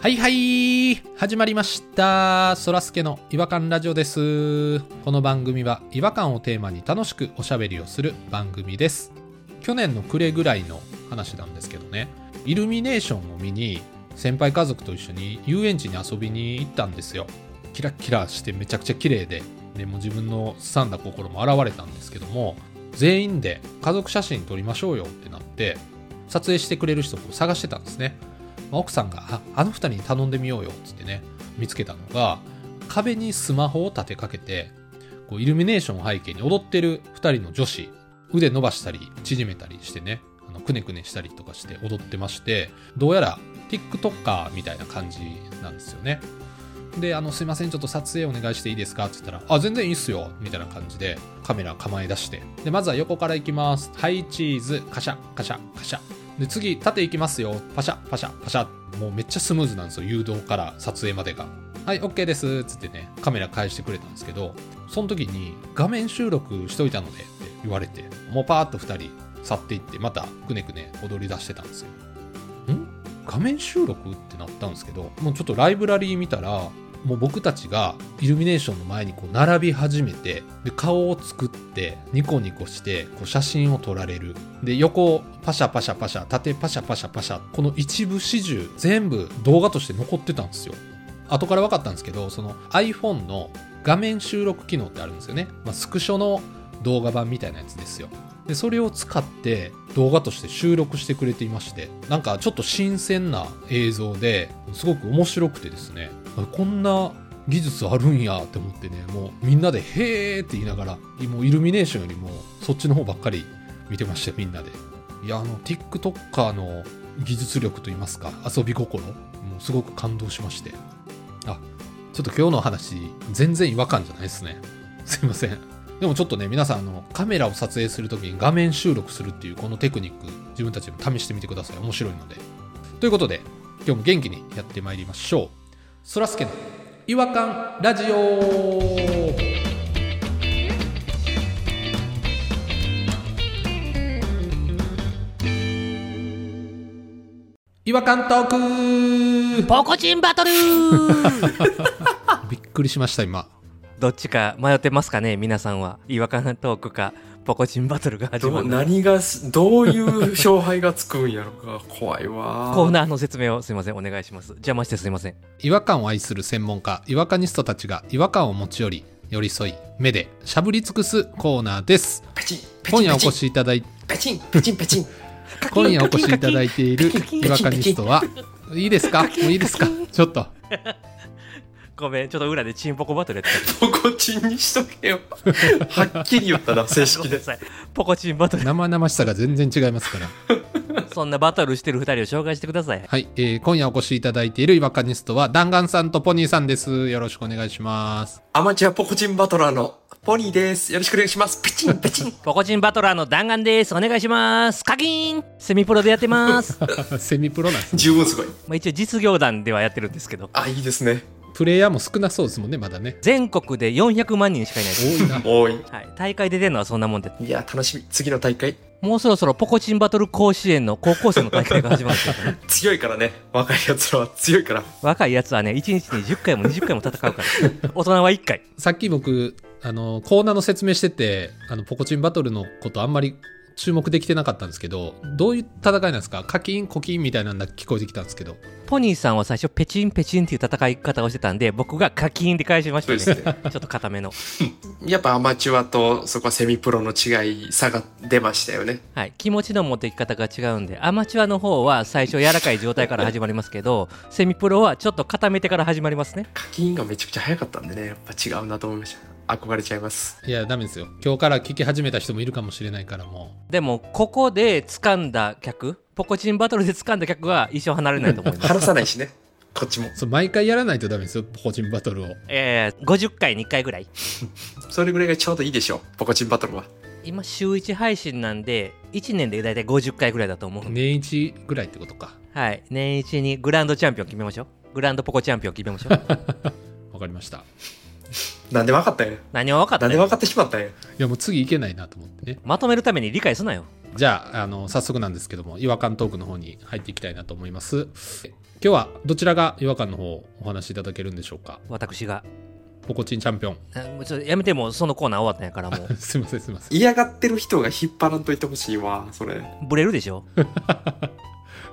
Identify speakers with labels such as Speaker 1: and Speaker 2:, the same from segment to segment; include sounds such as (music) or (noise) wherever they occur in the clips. Speaker 1: はいはい始まりましたそらすけの違和感ラジオですこの番組は違和感をテーマに楽しくおしゃべりをする番組です去年の暮れぐらいの話なんですけどねイルミネーションを見に先輩家族と一緒に遊園地に遊びに行ったんですよキラッキラしてめちゃくちゃ綺麗ででもう自分のすさんだ心も現れたんですけども全員で家族写真撮りましょうよってなって撮影してくれる人を探してたんですねまあ奥さんが「ああの二人に頼んでみようよ」っつってね見つけたのが壁にスマホを立てかけてこうイルミネーションを背景に踊ってる二人の女子腕伸ばしたり縮めたりしてねあのくねくねしたりとかして踊ってましてどうやら TikToker みたいな感じなんですよね。で、あの、すいません、ちょっと撮影お願いしていいですかって言ったら、あ、全然いいっすよ、みたいな感じで、カメラ構え出して。で、まずは横から行きます。はい、チーズ、カシャ、カシャ、カシャ。で、次、縦行きますよ。パシャ、パシャ、パシャ。もうめっちゃスムーズなんですよ、誘導から撮影までが。はい、OK です、つってね、カメラ返してくれたんですけど、その時に、画面収録しといたので、って言われて、もうパーっと2人、去っていって、また、くねくね踊り出してたんですよ。ん画面収録ってなったんですけどもうちょっとライブラリー見たらもう僕たちがイルミネーションの前にこう並び始めてで顔を作ってニコニコしてこう写真を撮られるで横パシャパシャパシャ縦パシャパシャパシャこの一部始終全部動画として残ってたんですよ後から分かったんですけどその iPhone の画面収録機能ってあるんですよね、まあ、スクショの動画版みたいなやつですよでそれを使って動画として収録してくれていましてなんかちょっと新鮮な映像ですごく面白くてですねあこんな技術あるんやって思ってねもうみんなで「へーって言いながらもうイルミネーションよりもそっちの方ばっかり見てましたみんなでいやあの TikToker の技術力といいますか遊び心もうすごく感動しましてあちょっと今日の話全然違和感じゃないですね (laughs) すいませんでもちょっとね、皆さん、あの、カメラを撮影するときに画面収録するっていうこのテクニック、自分たちでも試してみてください。面白いので。ということで、今日も元気にやってまいりましょう。そらすけの違和感ラジオ違和感トーク
Speaker 2: ポコチンバトル
Speaker 1: びっくりしました、今。
Speaker 2: どっちか迷ってますかね皆さんは違和感トークかポコチンバトルが始ま
Speaker 3: ど
Speaker 2: る
Speaker 3: 何がすどういう勝敗がつくんやろか (laughs) 怖いわ
Speaker 2: コーナーの説明をすいませんお願いします邪魔してすいません
Speaker 1: 違和感を愛する専門家違和感ニストたちが違和感を持ち寄り寄り添い目でしゃぶり尽くすコーナーです
Speaker 3: ペチンペ
Speaker 1: 今
Speaker 3: チン
Speaker 1: 夜お越
Speaker 3: ペチン
Speaker 1: しいただい
Speaker 3: ペチンペチンペチン
Speaker 1: (laughs) 今夜お越しいただいている違和感ニストはいいですかもういいですかちょっと
Speaker 2: ごめんちょっと裏でチンポコバトルやって
Speaker 3: ポコチンにしとけよはっきり言ったな正
Speaker 2: (laughs) たごめ
Speaker 3: 式
Speaker 2: んな
Speaker 3: で
Speaker 2: さいポコチンバトル
Speaker 1: 生々しさが全然違いますから
Speaker 2: そんなバトルしてる二人を紹介してください
Speaker 1: はい、えー今夜お越しいただいている違和感ニストは弾丸さんとポニーさんですよろしくお願いします
Speaker 3: アマチュアポコチンバトラーのポニーですよろしくお願いしますペチンペチン
Speaker 2: ポコチンバトラーの弾丸ですお願いしますカキーンセミプロでやってます (laughs)
Speaker 1: (laughs)
Speaker 2: ま
Speaker 1: セミプロなんです
Speaker 3: 十分すごい
Speaker 2: あ一応実業団ではやってるんですけど
Speaker 3: あいいですね
Speaker 1: プレイヤーも少なそうですもんねまだね
Speaker 2: 全国で400万人しかいないです、
Speaker 1: 多いな
Speaker 3: 多い
Speaker 2: はい、大会出てるのはそんなもんで
Speaker 3: いや楽しみ次の大会
Speaker 2: もうそろそろポコチンバトル甲子園の高校生の大会が始まるんですけどね
Speaker 3: 強いからね若いやつらは強いから
Speaker 2: 若いやつはね1日に10回も20回も戦うから大人は1回
Speaker 1: さっき僕、あの、コーナーの説明してて、あの、ポコチンバトルのことあんまり注目できてなかったんですけど、どういう戦いなんですかカキン、コキンみたいなのが聞こえてきたんですけど。
Speaker 2: ポニーさんは最初ペチンペチンっていう戦い方をしてたんで僕が課金で返しました
Speaker 3: そうで
Speaker 2: ね
Speaker 3: すね
Speaker 2: ちょっと固めの
Speaker 3: やっぱアマチュアとそこはセミプロの違い差が出ましたよね
Speaker 2: はい気持ちの持っていき方が違うんでアマチュアの方は最初柔らかい状態から始まりますけどセミプロはちょっと固めてから始まりますね
Speaker 3: 課金がめちゃくちゃ早かったんでねやっぱ違うなと思いました憧れちゃいます
Speaker 1: いや、ダメですよ。今日から聞き始めた人もいるかもしれないから、も
Speaker 2: でもここで掴んだ客ポコチンバトルで掴んだ客は一生離れないと思
Speaker 3: (laughs)
Speaker 2: います
Speaker 3: 話さないしねこっちも
Speaker 1: う、そう毎回やらないとダメですよ、ポコチンバトルを。
Speaker 2: えー、50回に1回ぐらい
Speaker 3: それぐらいがちょうどいいでしょうポコチンバトルは
Speaker 2: 今週1配信なんで1年で大体50回ぐらいだと思うんで
Speaker 1: 年一ぐらいってことか。
Speaker 2: はい年一にグランドチャンピオン決めましょうグランドポコチャンピオン決めまし
Speaker 3: (laughs)
Speaker 2: ょう
Speaker 1: わかりました。い
Speaker 3: なんで分かったんや
Speaker 2: 何を分かっ
Speaker 3: な
Speaker 2: た
Speaker 3: んで
Speaker 2: よ
Speaker 3: 分かってしまったんや
Speaker 1: や、もう次いけないなと思ってね。
Speaker 2: まとめるために理解すなよ
Speaker 1: じゃあ、あの、早速なんですけども、違和感トークの方に入っていきたいなと思います。今日はどちらが違和感の方をお話しいただけるんでしょうか
Speaker 2: 私が
Speaker 1: ポコチンチャンピオン (laughs)
Speaker 2: あもうちょっとやめてもうそのコーナー終わったんやからも
Speaker 1: すいませんすいません
Speaker 3: 嫌がってる人が引っ張らんといてほしいわ、それ。 (laughs)
Speaker 2: うブレるでしょ (laughs)
Speaker 1: (laughs)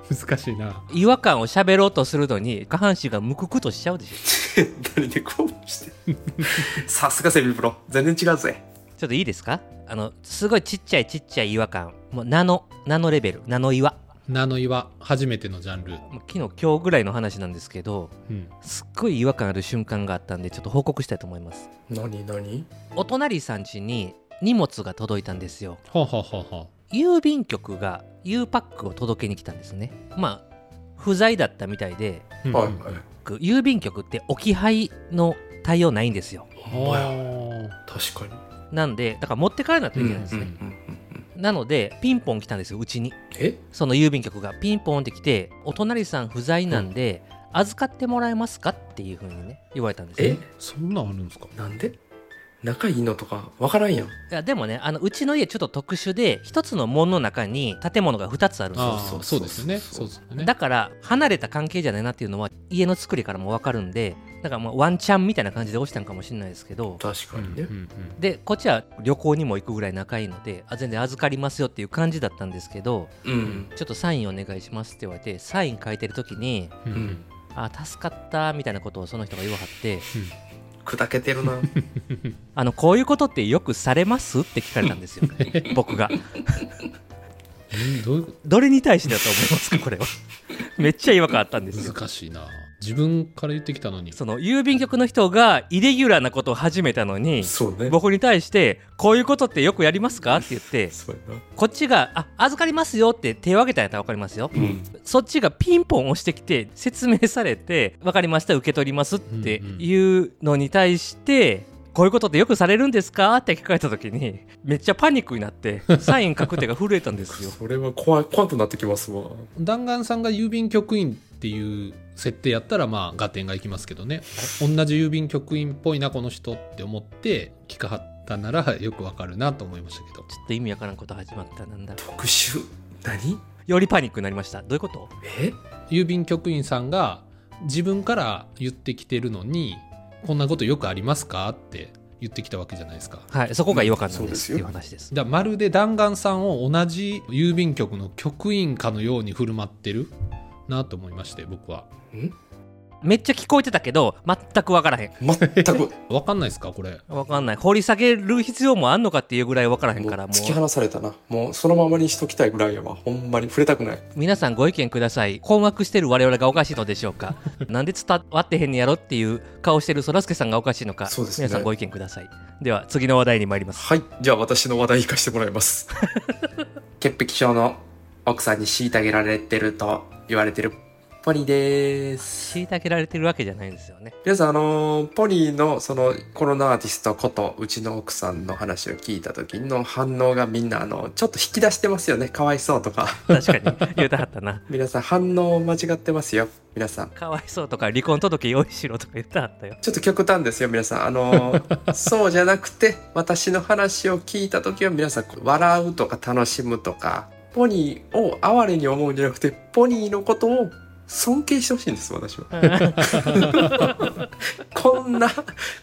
Speaker 1: 難しいな
Speaker 2: 違和感を喋ろうとするのに下半身がむくくとしちゃうでしょ
Speaker 3: 何でこう (laughs) して。さすがセミプロ。全然違うぜ。
Speaker 2: ちょっといいですかあのすごいちっちゃいちっちゃい違和感もうナノナノレベルナノ岩
Speaker 1: 名の岩初めてのジャンル、
Speaker 2: もう昨日今日ぐらいの話なんですけど
Speaker 1: うん、
Speaker 2: すっごい違和感ある瞬間があったんでちょっと報告したいと思います
Speaker 3: 何何
Speaker 2: お隣さん家に荷物が届いたんですよ
Speaker 1: はあ、はあはあは
Speaker 2: 郵便局が U パックを届けに来たんですねまあ不在だったみたいで
Speaker 1: あうん
Speaker 3: はい
Speaker 1: うん
Speaker 3: はい。
Speaker 2: 郵便局って置き配の対応ないんですよ
Speaker 1: はあ
Speaker 3: 確か
Speaker 2: なんでだから持って帰らないとい
Speaker 3: に。
Speaker 2: けないんですね、なのでピンポン来たんですようちに
Speaker 3: え
Speaker 2: その郵便局がピンポンって来てお隣さん不在なんで、預かってもらえますかっていうふうにね言われたんですよ
Speaker 3: え
Speaker 1: そんなんあるんですか
Speaker 3: なんで仲いいのとかわからんやん。
Speaker 2: いやでもねあのうちの家ちょっと特殊で一つの門の中に建物が2つあるんですよ
Speaker 1: ああ
Speaker 3: そう
Speaker 1: そ
Speaker 3: そうう
Speaker 1: ですよねそ
Speaker 3: そうう
Speaker 1: ですよね
Speaker 2: だから離れた関係じゃないなっていうのは家の作りからも分かるんでだからもうワンチャンみたいな感じで落ちたんかもしれないですけど
Speaker 3: 確かにね
Speaker 1: う。ん
Speaker 2: でこっちは旅行にも行くぐらい仲いいのであ全然預かりますよっていう感じだったんですけど
Speaker 3: うん。
Speaker 2: ちょっとサインお願いしますって言われてサイン書いてる時に
Speaker 1: うんうん
Speaker 3: うん。
Speaker 2: あ助かったみたいなことをその人が言わはって
Speaker 3: 砕けてるな。
Speaker 2: あのこういうことってよくされますって聞かれたんですよ僕が
Speaker 1: うんどういうこ
Speaker 2: どれに対してだと思いますかこれはめっちゃ違和感あったんです
Speaker 1: と
Speaker 2: よ
Speaker 1: 難しいな自分から言ってきたのに
Speaker 2: その郵便局の人がイレギュラーなことを始めたのに
Speaker 3: (laughs) そうね。
Speaker 2: 僕に対して「こういうことってよくやりますか?」って言って
Speaker 3: そうやな。
Speaker 2: こっちが「あ預かりますよ」って手を挙げたんやったら分かりますよ
Speaker 3: うん。
Speaker 2: そっちがピンポン押してきて説明されて「分かりました受け取ります」っていうのに対して「こういうことってよくされるんですか?」って聞かれた時にめっちゃパニックになってサイン書く手が震えたんですよ
Speaker 3: それは怖い、怖くなってきますわ。
Speaker 1: 弾丸さんが郵便局員っていう設定やったらまあ合点がいきますけどね同じ郵便局員っぽいなこの人って思って聞かはったならよくわかるなと思いましたけど
Speaker 2: ちょっと意味わからんこと始まったなんだ
Speaker 3: 特殊。何
Speaker 2: よりパニックになりましたどういうこと
Speaker 3: え
Speaker 1: 郵便局員さんが自分から言ってきてるのにこんなことよくありますかって言ってきたわけじゃないですか
Speaker 2: はいそこが違和感なんですって
Speaker 3: そうですよ
Speaker 2: いう話です
Speaker 1: だからまるで弾丸さんを同じ郵便局の局員かのように振る舞ってるなと思いまして僕は
Speaker 2: めっちゃ聞こえてたけど全く分からへん
Speaker 3: 全 (laughs) く。
Speaker 1: わかんないですかこれ
Speaker 2: わかんない掘り下げる必要もあんのかっていうぐらいわからへん
Speaker 3: もう
Speaker 2: からも
Speaker 3: 突き
Speaker 2: う
Speaker 3: 放されたなもうそのままにしときたいぐらいやわほんまに触れたくない
Speaker 2: 皆さんご意見ください困惑してる我々がおかしいのでしょうかなんで伝わってへんねやろっていう顔してるそらすけさんがおかしいのか
Speaker 3: そうですね
Speaker 2: 皆さんご意見くださいでは次の話題に参ります
Speaker 3: はいじゃあ私の話題行かしてもらいます (laughs) 潔癖症の奥さんに虐げられてると言われてるポニーです
Speaker 2: 虐げられてるわけじゃないんですよ
Speaker 3: (laughs)
Speaker 2: ね
Speaker 3: 皆さんあのーポニーのそのコロナアーティストことうちの奥さんの話を聞いた時の反応がみんなあのちょっと引き出してますよねかわいそうとか
Speaker 2: 確かに言うたはったな
Speaker 3: 皆さん反応間違ってますよ皆さん
Speaker 2: かわいそうとか離婚届用意しろとか言うたはったよ
Speaker 3: ちょっと極端ですよ皆さんあのーそうじゃなくて私の話を聞いた時は皆さん笑うとか楽しむとかポニーを哀れに思うんじゃなくてポニーのことを尊敬してほしいんです私は (laughs) こんな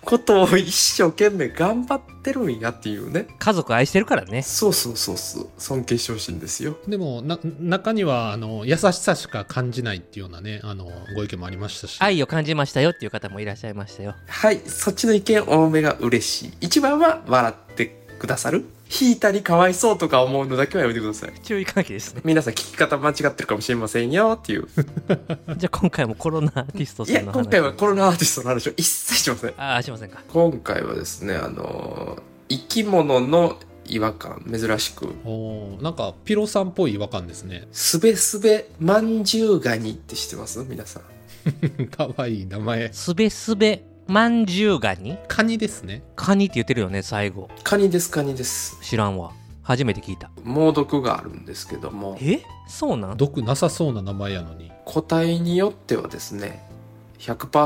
Speaker 3: ことを一生懸命頑張ってるんやっていうね
Speaker 2: 家族愛してるからね
Speaker 3: そうそうそうそう尊敬してほしいんですよ
Speaker 1: でもな中にはあの優しさしか感じないっていうようなねあのご意見もありましたし、
Speaker 2: 愛を感じましたよっていう方もいらっしゃいましたよ
Speaker 3: はいそっちの意見多めが嬉しい一番は笑ってくださる引いたりかわいそうとか思うのだけはやめてください
Speaker 2: 注意喚起です
Speaker 3: (laughs)
Speaker 2: ね
Speaker 3: 皆さん聞き方間違ってるかもしれませんよっ
Speaker 2: (laughs)
Speaker 3: ていう。
Speaker 2: じゃあ今回もコロナアーティスト
Speaker 3: い
Speaker 2: さ
Speaker 3: や、
Speaker 2: んの話
Speaker 3: 今回はコロナアーティストの話を一切しません。
Speaker 2: ああしませんか
Speaker 3: 今回はですね、あのー、生き物の違和感、珍しく、
Speaker 1: おーなんかピロさんっぽい違和感ですね (laughs)
Speaker 3: すべすべまんじゅうガニって知ってます皆さん。
Speaker 1: かわいい名前
Speaker 2: すべすべまんじゅうガニ
Speaker 1: カニですね
Speaker 2: カニって言ってるよね最後
Speaker 3: カニです、カニです。
Speaker 2: 知らんわ初めて聞いた
Speaker 3: 猛毒があるんですけども、
Speaker 2: えそうなん
Speaker 1: 毒なさそうな名前やのに
Speaker 3: 個体によってはですね、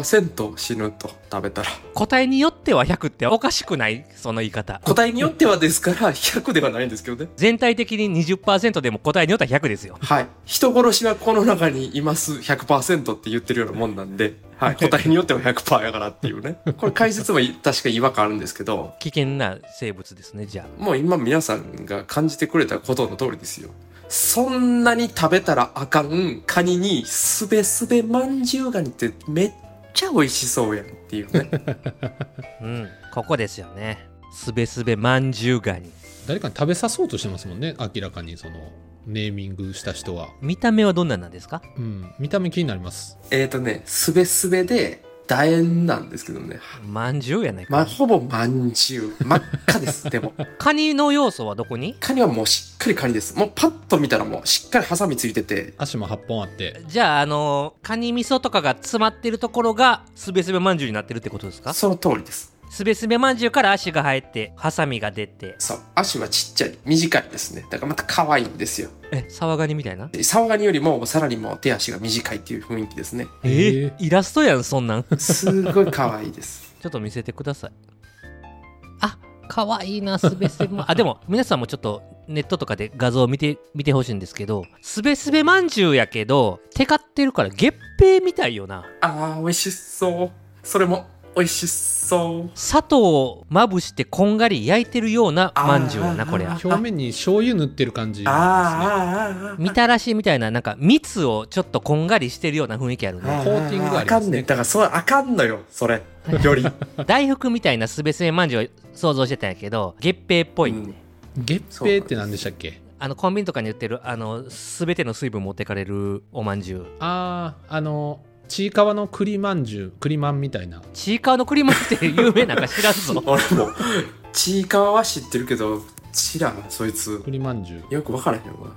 Speaker 3: 100%死ぬと食べ
Speaker 2: (laughs)
Speaker 3: たら
Speaker 2: 答えによっては100っておかしくないその言い方
Speaker 3: 答えによってはですから100ではないんですけどね
Speaker 2: 全体的に20%でも答えによっては100ですよ
Speaker 3: はい人殺しはこの中にいます100%って言ってるようなもんなんで、はい、答えによっては100%やからっていう (laughs) ねこれ解説もい確かに違和感あるんですけど
Speaker 2: 危険な生物ですねじゃ
Speaker 3: もう今皆さんが感じてくれたことの通りですよそんなに食べたらあかんカニにすべすべまんじゅうガニってめっちゃ美味しそうやんっていう (laughs) ね
Speaker 2: あうんここですよねすべすべまんじゅうガニ
Speaker 1: 誰かに食べさそうとしてますもんね明らかにそのネーミングした人は、
Speaker 2: 見た目はどんなんなんですか
Speaker 1: うん、見た目気になります
Speaker 3: えっとねすべすべで楕円なんですけどね
Speaker 2: まんじゅうやない
Speaker 3: まあ、
Speaker 2: か、
Speaker 3: ほぼまんじゅう真っ赤ですでも
Speaker 2: カニの要素はどこに
Speaker 3: カニはもうしっかりカニですもうパッと見たらもうしっかりハサミついてて
Speaker 1: 足も8本あって
Speaker 2: じゃあ、あのカニ味噌とかが詰まってるところがすべすべまんじゅうになってるってことですか
Speaker 3: その通りです
Speaker 2: すべすべまんじゅうから足が生えてハサミが出て
Speaker 3: そう足はちっちゃい短いですねだからまた可愛いんですよ
Speaker 2: えサワガニみたいな
Speaker 3: でサワガニよりもさらにもう手足が短いっていう雰囲気ですね
Speaker 2: え
Speaker 1: へえ
Speaker 2: イラストやんそんなんち
Speaker 3: すごい可愛いです
Speaker 2: ょっと見せてくださいあ可愛いなすべすべま (laughs) あでも皆さんもちょっとネットとかで画像を見て見てほしいんですけどすべすべまんじゅうやけどテカってるから月餅みたいよな
Speaker 3: (laughs) あー美味しそうそれも美味しそう
Speaker 2: 砂糖をまぶしてこんがり焼いてるようなまんじゅうやなこれは
Speaker 3: あ
Speaker 1: 表面に醤油塗ってる感じなん
Speaker 3: あーあーあーあー
Speaker 2: みたらしみたいななんか蜜をちょっとこんがりしてるような雰囲気あるね
Speaker 1: コーティングがありますね
Speaker 3: かんねんだからそれあかんのよそれより、
Speaker 2: 大福みたいなすべすべまんじゅうを想像してたんやけど月餅っぽい、
Speaker 3: (laughs) う
Speaker 1: で
Speaker 3: ん
Speaker 1: すね月餅って何でしたっけ
Speaker 2: あのコンビニとかに売ってるあの全ての水分持ってかれるおまんじゅう
Speaker 1: あああのちいかわの栗まんじゅう栗まんみたいな
Speaker 2: ちいかわの栗まんって有名なんか知らんぞ
Speaker 3: (laughs) 俺もちいかわは知ってるけど知らんそいつ
Speaker 1: 栗まんじゅう
Speaker 3: よく分からへんわ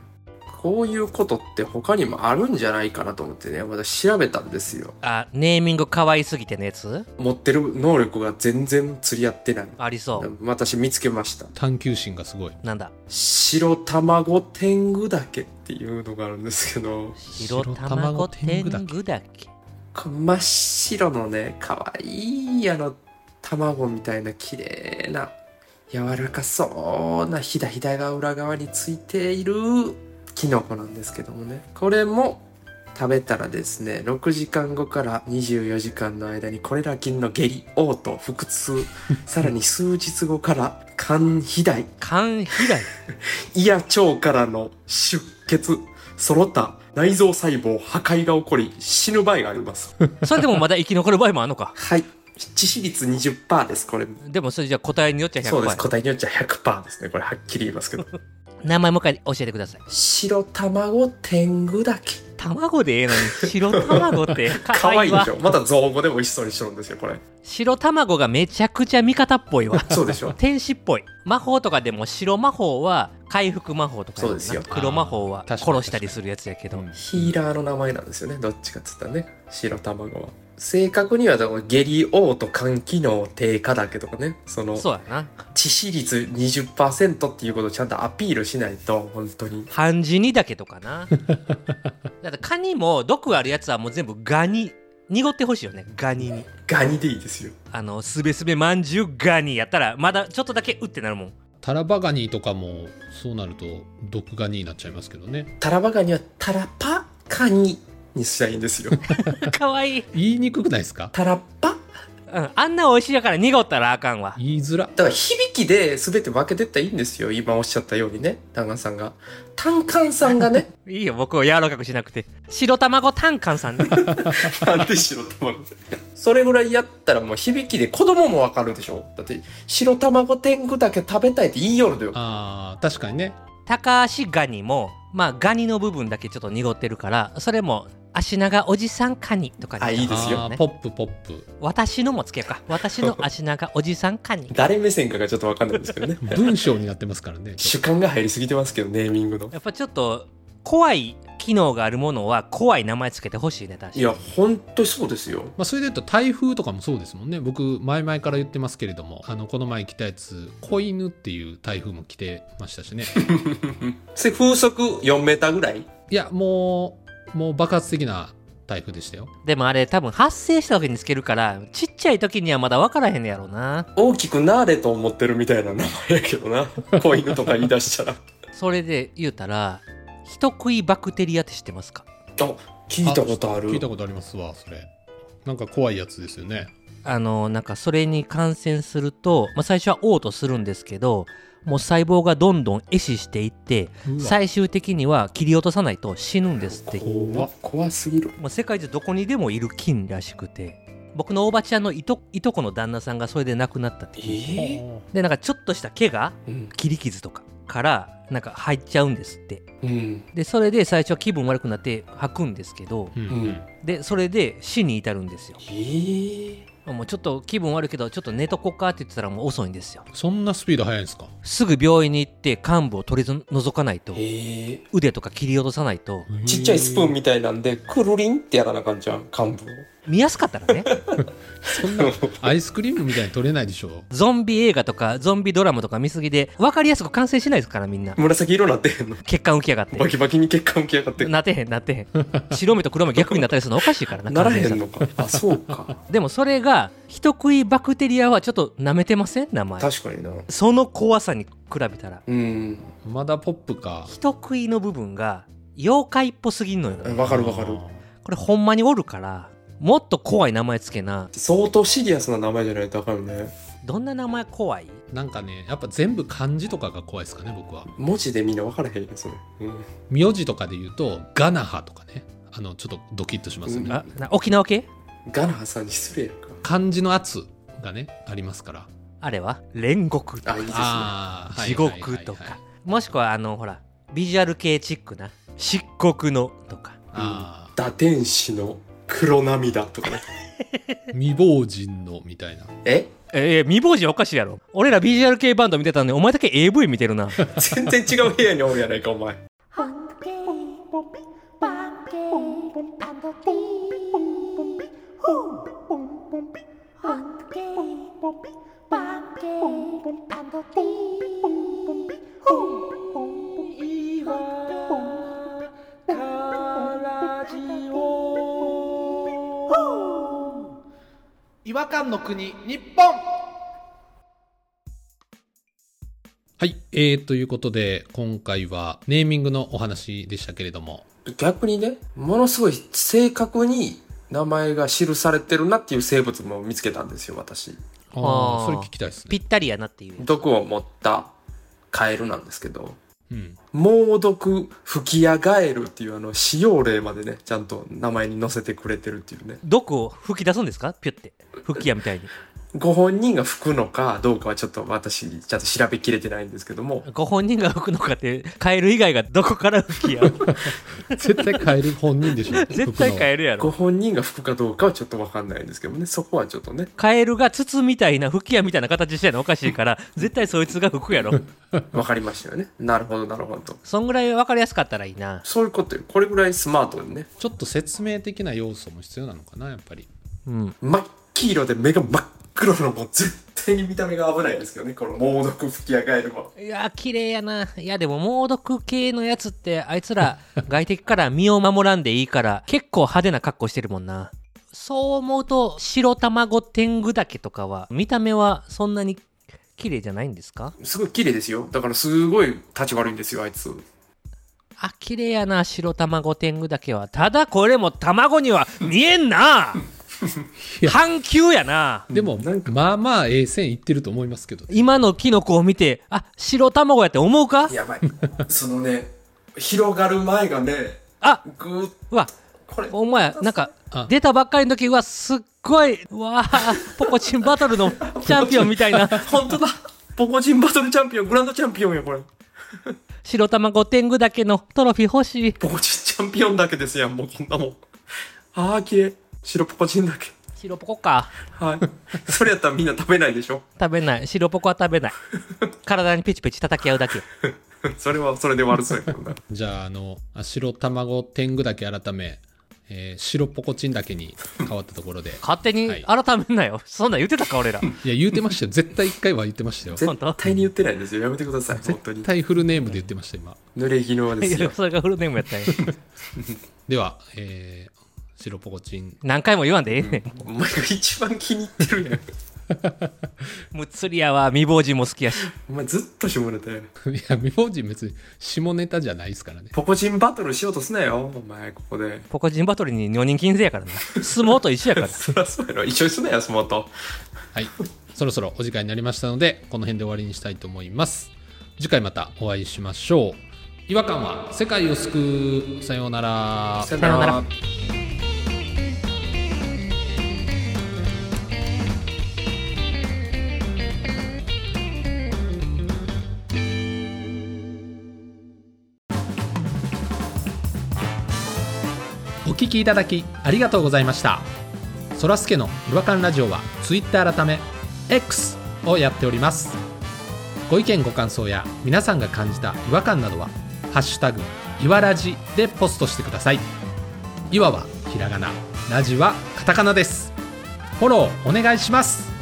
Speaker 3: こういうことって他にもあるんじゃないかなと思ってね私調べたんですよ
Speaker 2: あネーミング可愛すぎてのやつ
Speaker 3: 持ってる能力が全然釣り合ってない
Speaker 2: ありそう
Speaker 3: 私見つけました
Speaker 1: 探求心がすごい
Speaker 2: なんだ
Speaker 3: 白卵天狗だけっていうのがあるんですけど
Speaker 2: 白
Speaker 1: 白
Speaker 2: 卵
Speaker 1: 卵
Speaker 2: 天
Speaker 1: 天狗だっけ
Speaker 2: 狗だっけ
Speaker 3: この真っ白のね可愛いあの卵みたいな綺麗な柔らかそうなひだひだが裏側についているキノコなんですけどもねこれも食べたらですね6時間後から24時間の間にこれら菌の下痢嘔吐腹痛さらに数日後から肝肥大
Speaker 2: 缶飛来
Speaker 3: 胃や腸からの出血その他内臓細胞破壊が起こり死ぬ場合があります
Speaker 2: それでもまだ生き残る場合もあるのか (laughs)
Speaker 3: はい。致死率20%です、これ。
Speaker 2: でもそれじゃあ答えによっちゃ
Speaker 3: そうです。
Speaker 2: 100倍
Speaker 3: 答えによっちゃ100%ですね。これはっきり言い (laughs) ますけど。
Speaker 2: 名前もう一回教えてください
Speaker 3: 白卵天狗だけ。
Speaker 2: 卵でええのに白卵って (laughs)
Speaker 3: か
Speaker 2: 可
Speaker 3: わ
Speaker 2: 愛い
Speaker 3: いいで
Speaker 2: わ
Speaker 3: しょ。また造語でも美味しそうにしてるんですよ、これ。
Speaker 2: 白卵がめちゃくちゃ味方っぽいわ
Speaker 3: そうでしょ。
Speaker 2: 天使っぽい魔法とかでも白魔法は回復魔法とかやもんな
Speaker 3: そうですよ
Speaker 2: 黒魔法は
Speaker 1: あー確かに
Speaker 2: 殺したりするやつやけど、
Speaker 1: うん
Speaker 3: ヒーラーの名前なんですよね。どっちかっつったらね。白卵は。正確には、だから下痢、嘔と肝機能低下だけとかね。その、
Speaker 2: そうやな
Speaker 3: 致死率20%っていうことをちゃんとアピールしないと、本当に。
Speaker 2: 漢字にだけとかな (laughs) だってカニも毒あるやつはもう全部ガニ濁ってほしいよねガニに
Speaker 3: ガニでいいですよ。
Speaker 2: あのすべすべまんじゅうガニやったらまだちょっとだけうってなるもん
Speaker 1: タラバガニとかもそうなると毒ガニになっちゃいますけどね
Speaker 3: タラバガニはタラパカニにしたいんです (laughs) よ。
Speaker 2: かわいい、
Speaker 1: 言いにくくないですか
Speaker 3: タラッパ
Speaker 2: うん、あんな美味しいやから濁ったらあかんわ
Speaker 1: 言いづら
Speaker 3: だから響きで全て分けてったらいいんですよ今おっしゃったようにね弾丸さんが単管さんがね
Speaker 2: いいよ僕を柔らかくしなくて白卵タンカンさんね
Speaker 3: (laughs) なんで白卵それぐらいやったらもう響きで子供も分かるでしょだって白卵天狗だけ食べたいって言いよるのよ
Speaker 1: あー確かにね
Speaker 2: タカアシガニもまあガニの部分だけちょっと濁ってるからそれも足長おじさんカニとか
Speaker 3: あいいですよ
Speaker 1: あー
Speaker 2: ね
Speaker 1: ポップポップ
Speaker 2: 私のもつけようか私
Speaker 3: (laughs)
Speaker 2: の足長おじさんカニ
Speaker 3: 誰目線かがちょっと分かんないですけどね
Speaker 1: 文章になってますからね
Speaker 3: (laughs) 主観が入りすぎてますけどネーミングの
Speaker 2: やっぱちょっと怖い機能があるものは怖い名前つけてほしいね確か
Speaker 3: い
Speaker 2: に
Speaker 3: や本当そうですよ
Speaker 1: まあ、それで言うと台風とかもそうですもんね僕前々から言ってますけれどもあのこの前来たやつ子犬っていう台風も来てました
Speaker 3: (laughs)
Speaker 1: しね
Speaker 3: それ風速4メーターぐらい
Speaker 1: いやもうもう爆発的な台風でしたよ
Speaker 2: でもあれ多分発生した時につけるからちっちゃい時にはまだ分からへんねやろうな
Speaker 3: 大きくなれと思ってるみたいな名前やけどな子犬とか言い出したら
Speaker 2: それで言うたら人食いバクテリアって知ってますか
Speaker 3: 聞いたことある
Speaker 1: 聞いたことありますわそれなんか怖いやつですよね
Speaker 2: あのなんかそれに感染すると、まあ、最初は嘔吐するんですけどもう細胞がどんどん壊死していって
Speaker 1: うわ
Speaker 2: 最終的には切り落とさないと死ぬんですって
Speaker 3: 怖っ怖すぎる
Speaker 2: もう世界中どこにでもいる菌らしくて僕のおばちゃんのいといとこの旦那さんがそれで亡くなったって
Speaker 3: え
Speaker 2: 聞いて
Speaker 3: ー
Speaker 2: でなんかちょっとした怪我
Speaker 3: うん
Speaker 2: 切り傷とかからなんか入っちゃうんですって
Speaker 3: うん
Speaker 2: でそれで最初は気分悪くなって吐くんですけど
Speaker 1: うん、う
Speaker 3: うん
Speaker 1: ん、
Speaker 2: でそれで死に至るんですよ
Speaker 3: えー
Speaker 2: もうちょっと気分悪いけどちょっと寝とこうかって言ってたらもう遅いんですよ
Speaker 1: そんなスピード速いんですか
Speaker 2: すぐ病院に行って患部を取り除かないと
Speaker 3: えー
Speaker 2: 腕とか切り落とさないと
Speaker 3: ちっちゃいスプーン
Speaker 1: み
Speaker 3: みたいなんでくるりんってやらなあかんじゃん幹部を
Speaker 2: 見やすかったら (laughs) ね
Speaker 1: そ
Speaker 3: (laughs)
Speaker 1: んなアイスクリームみたいに取れないでしょ
Speaker 2: ゾンビ映画とかゾンビドラマとか見すぎで分かりやすく感染しないですからみんな
Speaker 3: 紫色になっ
Speaker 2: (laughs)
Speaker 3: てへんの
Speaker 2: 血管浮き上がっ
Speaker 3: バ
Speaker 2: て
Speaker 3: キバキに血管浮き上がって
Speaker 2: なってへんなってへん白目と黒目逆になったりするのおかしいからな
Speaker 3: なら
Speaker 2: 感
Speaker 3: へ
Speaker 2: 染者 (laughs)
Speaker 3: んのかあそうか
Speaker 2: でもそれが人食いバクテリアはちょっと舐めてません名前
Speaker 3: 確かにな
Speaker 2: その怖さに比べたら
Speaker 3: うん
Speaker 1: まだポップか
Speaker 2: 人食いの部分が妖怪っぽすぎんのよ
Speaker 3: わかるわかる
Speaker 2: これほんまにおるからもっと怖い名前つけな
Speaker 3: 相当シリアスな名前じゃないとあかんよね
Speaker 2: どんな名前怖い
Speaker 1: なんかねやっぱ全部漢字とかが怖いですかね僕は
Speaker 3: 文字でみんな分からへんよそれ、うん
Speaker 1: 名字とかで言うとガナハとかねあのちょっとドキッとしますよね、
Speaker 2: あな沖縄系
Speaker 3: ガナハさんに失礼やんか
Speaker 1: 漢字の圧がねありますから
Speaker 2: あれは煉獄と
Speaker 3: あいいですね
Speaker 1: あー
Speaker 2: 地獄とかもしくはあのほらビジュアル系チックな漆黒のとか
Speaker 1: あ
Speaker 3: 打天使の黒涙とかね
Speaker 1: ー未亡人のみたいな
Speaker 3: え
Speaker 2: ええ未亡人おかしいやろ俺らビジュアル系バンド見てたのにお前だけ AV 見てるな
Speaker 3: 全然違う部屋におるやないかお前
Speaker 4: Hunky,
Speaker 5: 違和感の国日本
Speaker 1: はい、えー、ということで今回はネーミングのお話でしたけれども
Speaker 3: 逆にねものすごい正確に名前が記されてるなっていう生物も見つけたんですよ私
Speaker 1: あ
Speaker 2: あ
Speaker 1: あそ
Speaker 2: ー
Speaker 1: れ聞きたいです
Speaker 2: ぴ
Speaker 1: ね、
Speaker 2: ったりやなっていう
Speaker 3: 毒を持ったカエルなんですけど
Speaker 1: うん、
Speaker 3: 猛毒吹き上がえるっていうあの使用例までねちゃんと名前に載せてくれてるっていうね
Speaker 2: 毒を吹き出すんですかピュって吹き矢みたいに
Speaker 3: ご本人が吹くのかどうかはちょっと私ちゃんと調べきれてないんですけども
Speaker 2: ご本人が吹くのかってカエル以外がどこから吹き矢
Speaker 1: 絶対変える本人で
Speaker 2: (laughs)
Speaker 1: しょ
Speaker 2: 絶対カエルやろ
Speaker 3: ご本人が吹くかどうかはちょっとわかんないんですけどもねそこはちょっとね
Speaker 2: カエルが筒みたいな吹き矢みたいな形してるのおかしいから絶対そいつが吹くやろ
Speaker 3: わかりましたよねなるほどなるほど
Speaker 2: そんぐらい分かりやすかったらいいな
Speaker 3: そういうことよこれぐらいスマートにね
Speaker 1: ちょっと説明的な要素も必要なのかなやっぱり
Speaker 2: うん
Speaker 3: 真っ黄色で目が真っ黒なのもう絶対に見た目が危ないですけどねこの猛毒吹き上がえるはい
Speaker 2: やー綺麗やないやでも猛毒系のやつってあいつ (laughs) ら外敵から身を守らんでいいから結構派手な格好してるもんなそう思うと白卵天狗だけとかは見た目はそんなに綺麗じゃないんですか
Speaker 3: すごい綺麗ですよだからすごい立ち悪いんですよあいつ
Speaker 2: あ綺麗やな白卵天狗だけはただこれも卵には見えん (laughs) な半球やな
Speaker 1: でも、
Speaker 3: なんか
Speaker 1: まあまあええ線いってると思いますけど
Speaker 2: 今のキノコを見てあ白卵やって思うか
Speaker 3: やばいそのね広がる前がね
Speaker 2: あ
Speaker 3: ぐーっ
Speaker 2: うわ
Speaker 3: これ
Speaker 2: お前なんか
Speaker 1: あ
Speaker 2: 出たばっかりの時うわすっごいうわあポコチンバトル (laughs) のチャンピオンみ (laughs) たいな
Speaker 3: 本当だポコチンバトルチャンピオングランドチャンピオンよこれ
Speaker 2: 白卵天狗だけのトロフィー欲しい
Speaker 3: ポコチンチャンピオンだけですやんもうこんなもんああ綺麗白ポコチンだけ
Speaker 2: 白ポコか
Speaker 3: はいそれやったらみんな食べないでしょ
Speaker 2: 食べない白ポコは食べない体にペチペチ叩き合うだけ
Speaker 3: それはそれで悪そうやけどな
Speaker 1: じゃああのあ白卵天狗だけ改め、えー白ポコチンだけに変わったところで
Speaker 2: 勝手
Speaker 1: はい
Speaker 2: に改めんなよ、そんなん言ってたか (laughs) 俺ら
Speaker 1: いや言うてましたよ絶対一回は言ってましたよ
Speaker 2: 本
Speaker 3: 絶
Speaker 2: 当
Speaker 3: 対に言ってないんですよやめてください本当に
Speaker 1: 絶対フルネームで言ってました今
Speaker 3: 濡れ衣はで
Speaker 2: い
Speaker 3: すよ
Speaker 2: やそれがフルネームやったんや
Speaker 1: では、えー白ポコチン (laughs)
Speaker 2: (laughs) 何回も言わんでええねん。
Speaker 3: お前が一番気に入ってるやん
Speaker 2: (laughs) むっつりやわ、未亡人も好きやし。
Speaker 3: お前ずっと下ネタやん
Speaker 1: いや、未亡人別に下ネタじゃないですからね。
Speaker 3: ポコチンバトルしようとすなよお前ここで (laughs)
Speaker 2: ポコジンバトルに女人禁制やからな。相撲と一緒やから。
Speaker 3: そりゃそうやろ一緒にすなよ相撲と
Speaker 1: はい。そろそろお時間になりましたので、この辺で終わりにしたいと思います。次回またお会いしましょう。違和感は世界を救う。さようなら。
Speaker 3: さよ
Speaker 2: さようなら
Speaker 1: お聞きいただきありがとうございましたそらすけの違和感ラジオは Twitter 改め X をやっておりますご意見ご感想や皆さんが感じた違和感などは「ハッシュタグいわらじ」でポストしてくださいいわはひらがなラジはカタカナですフォローお願いします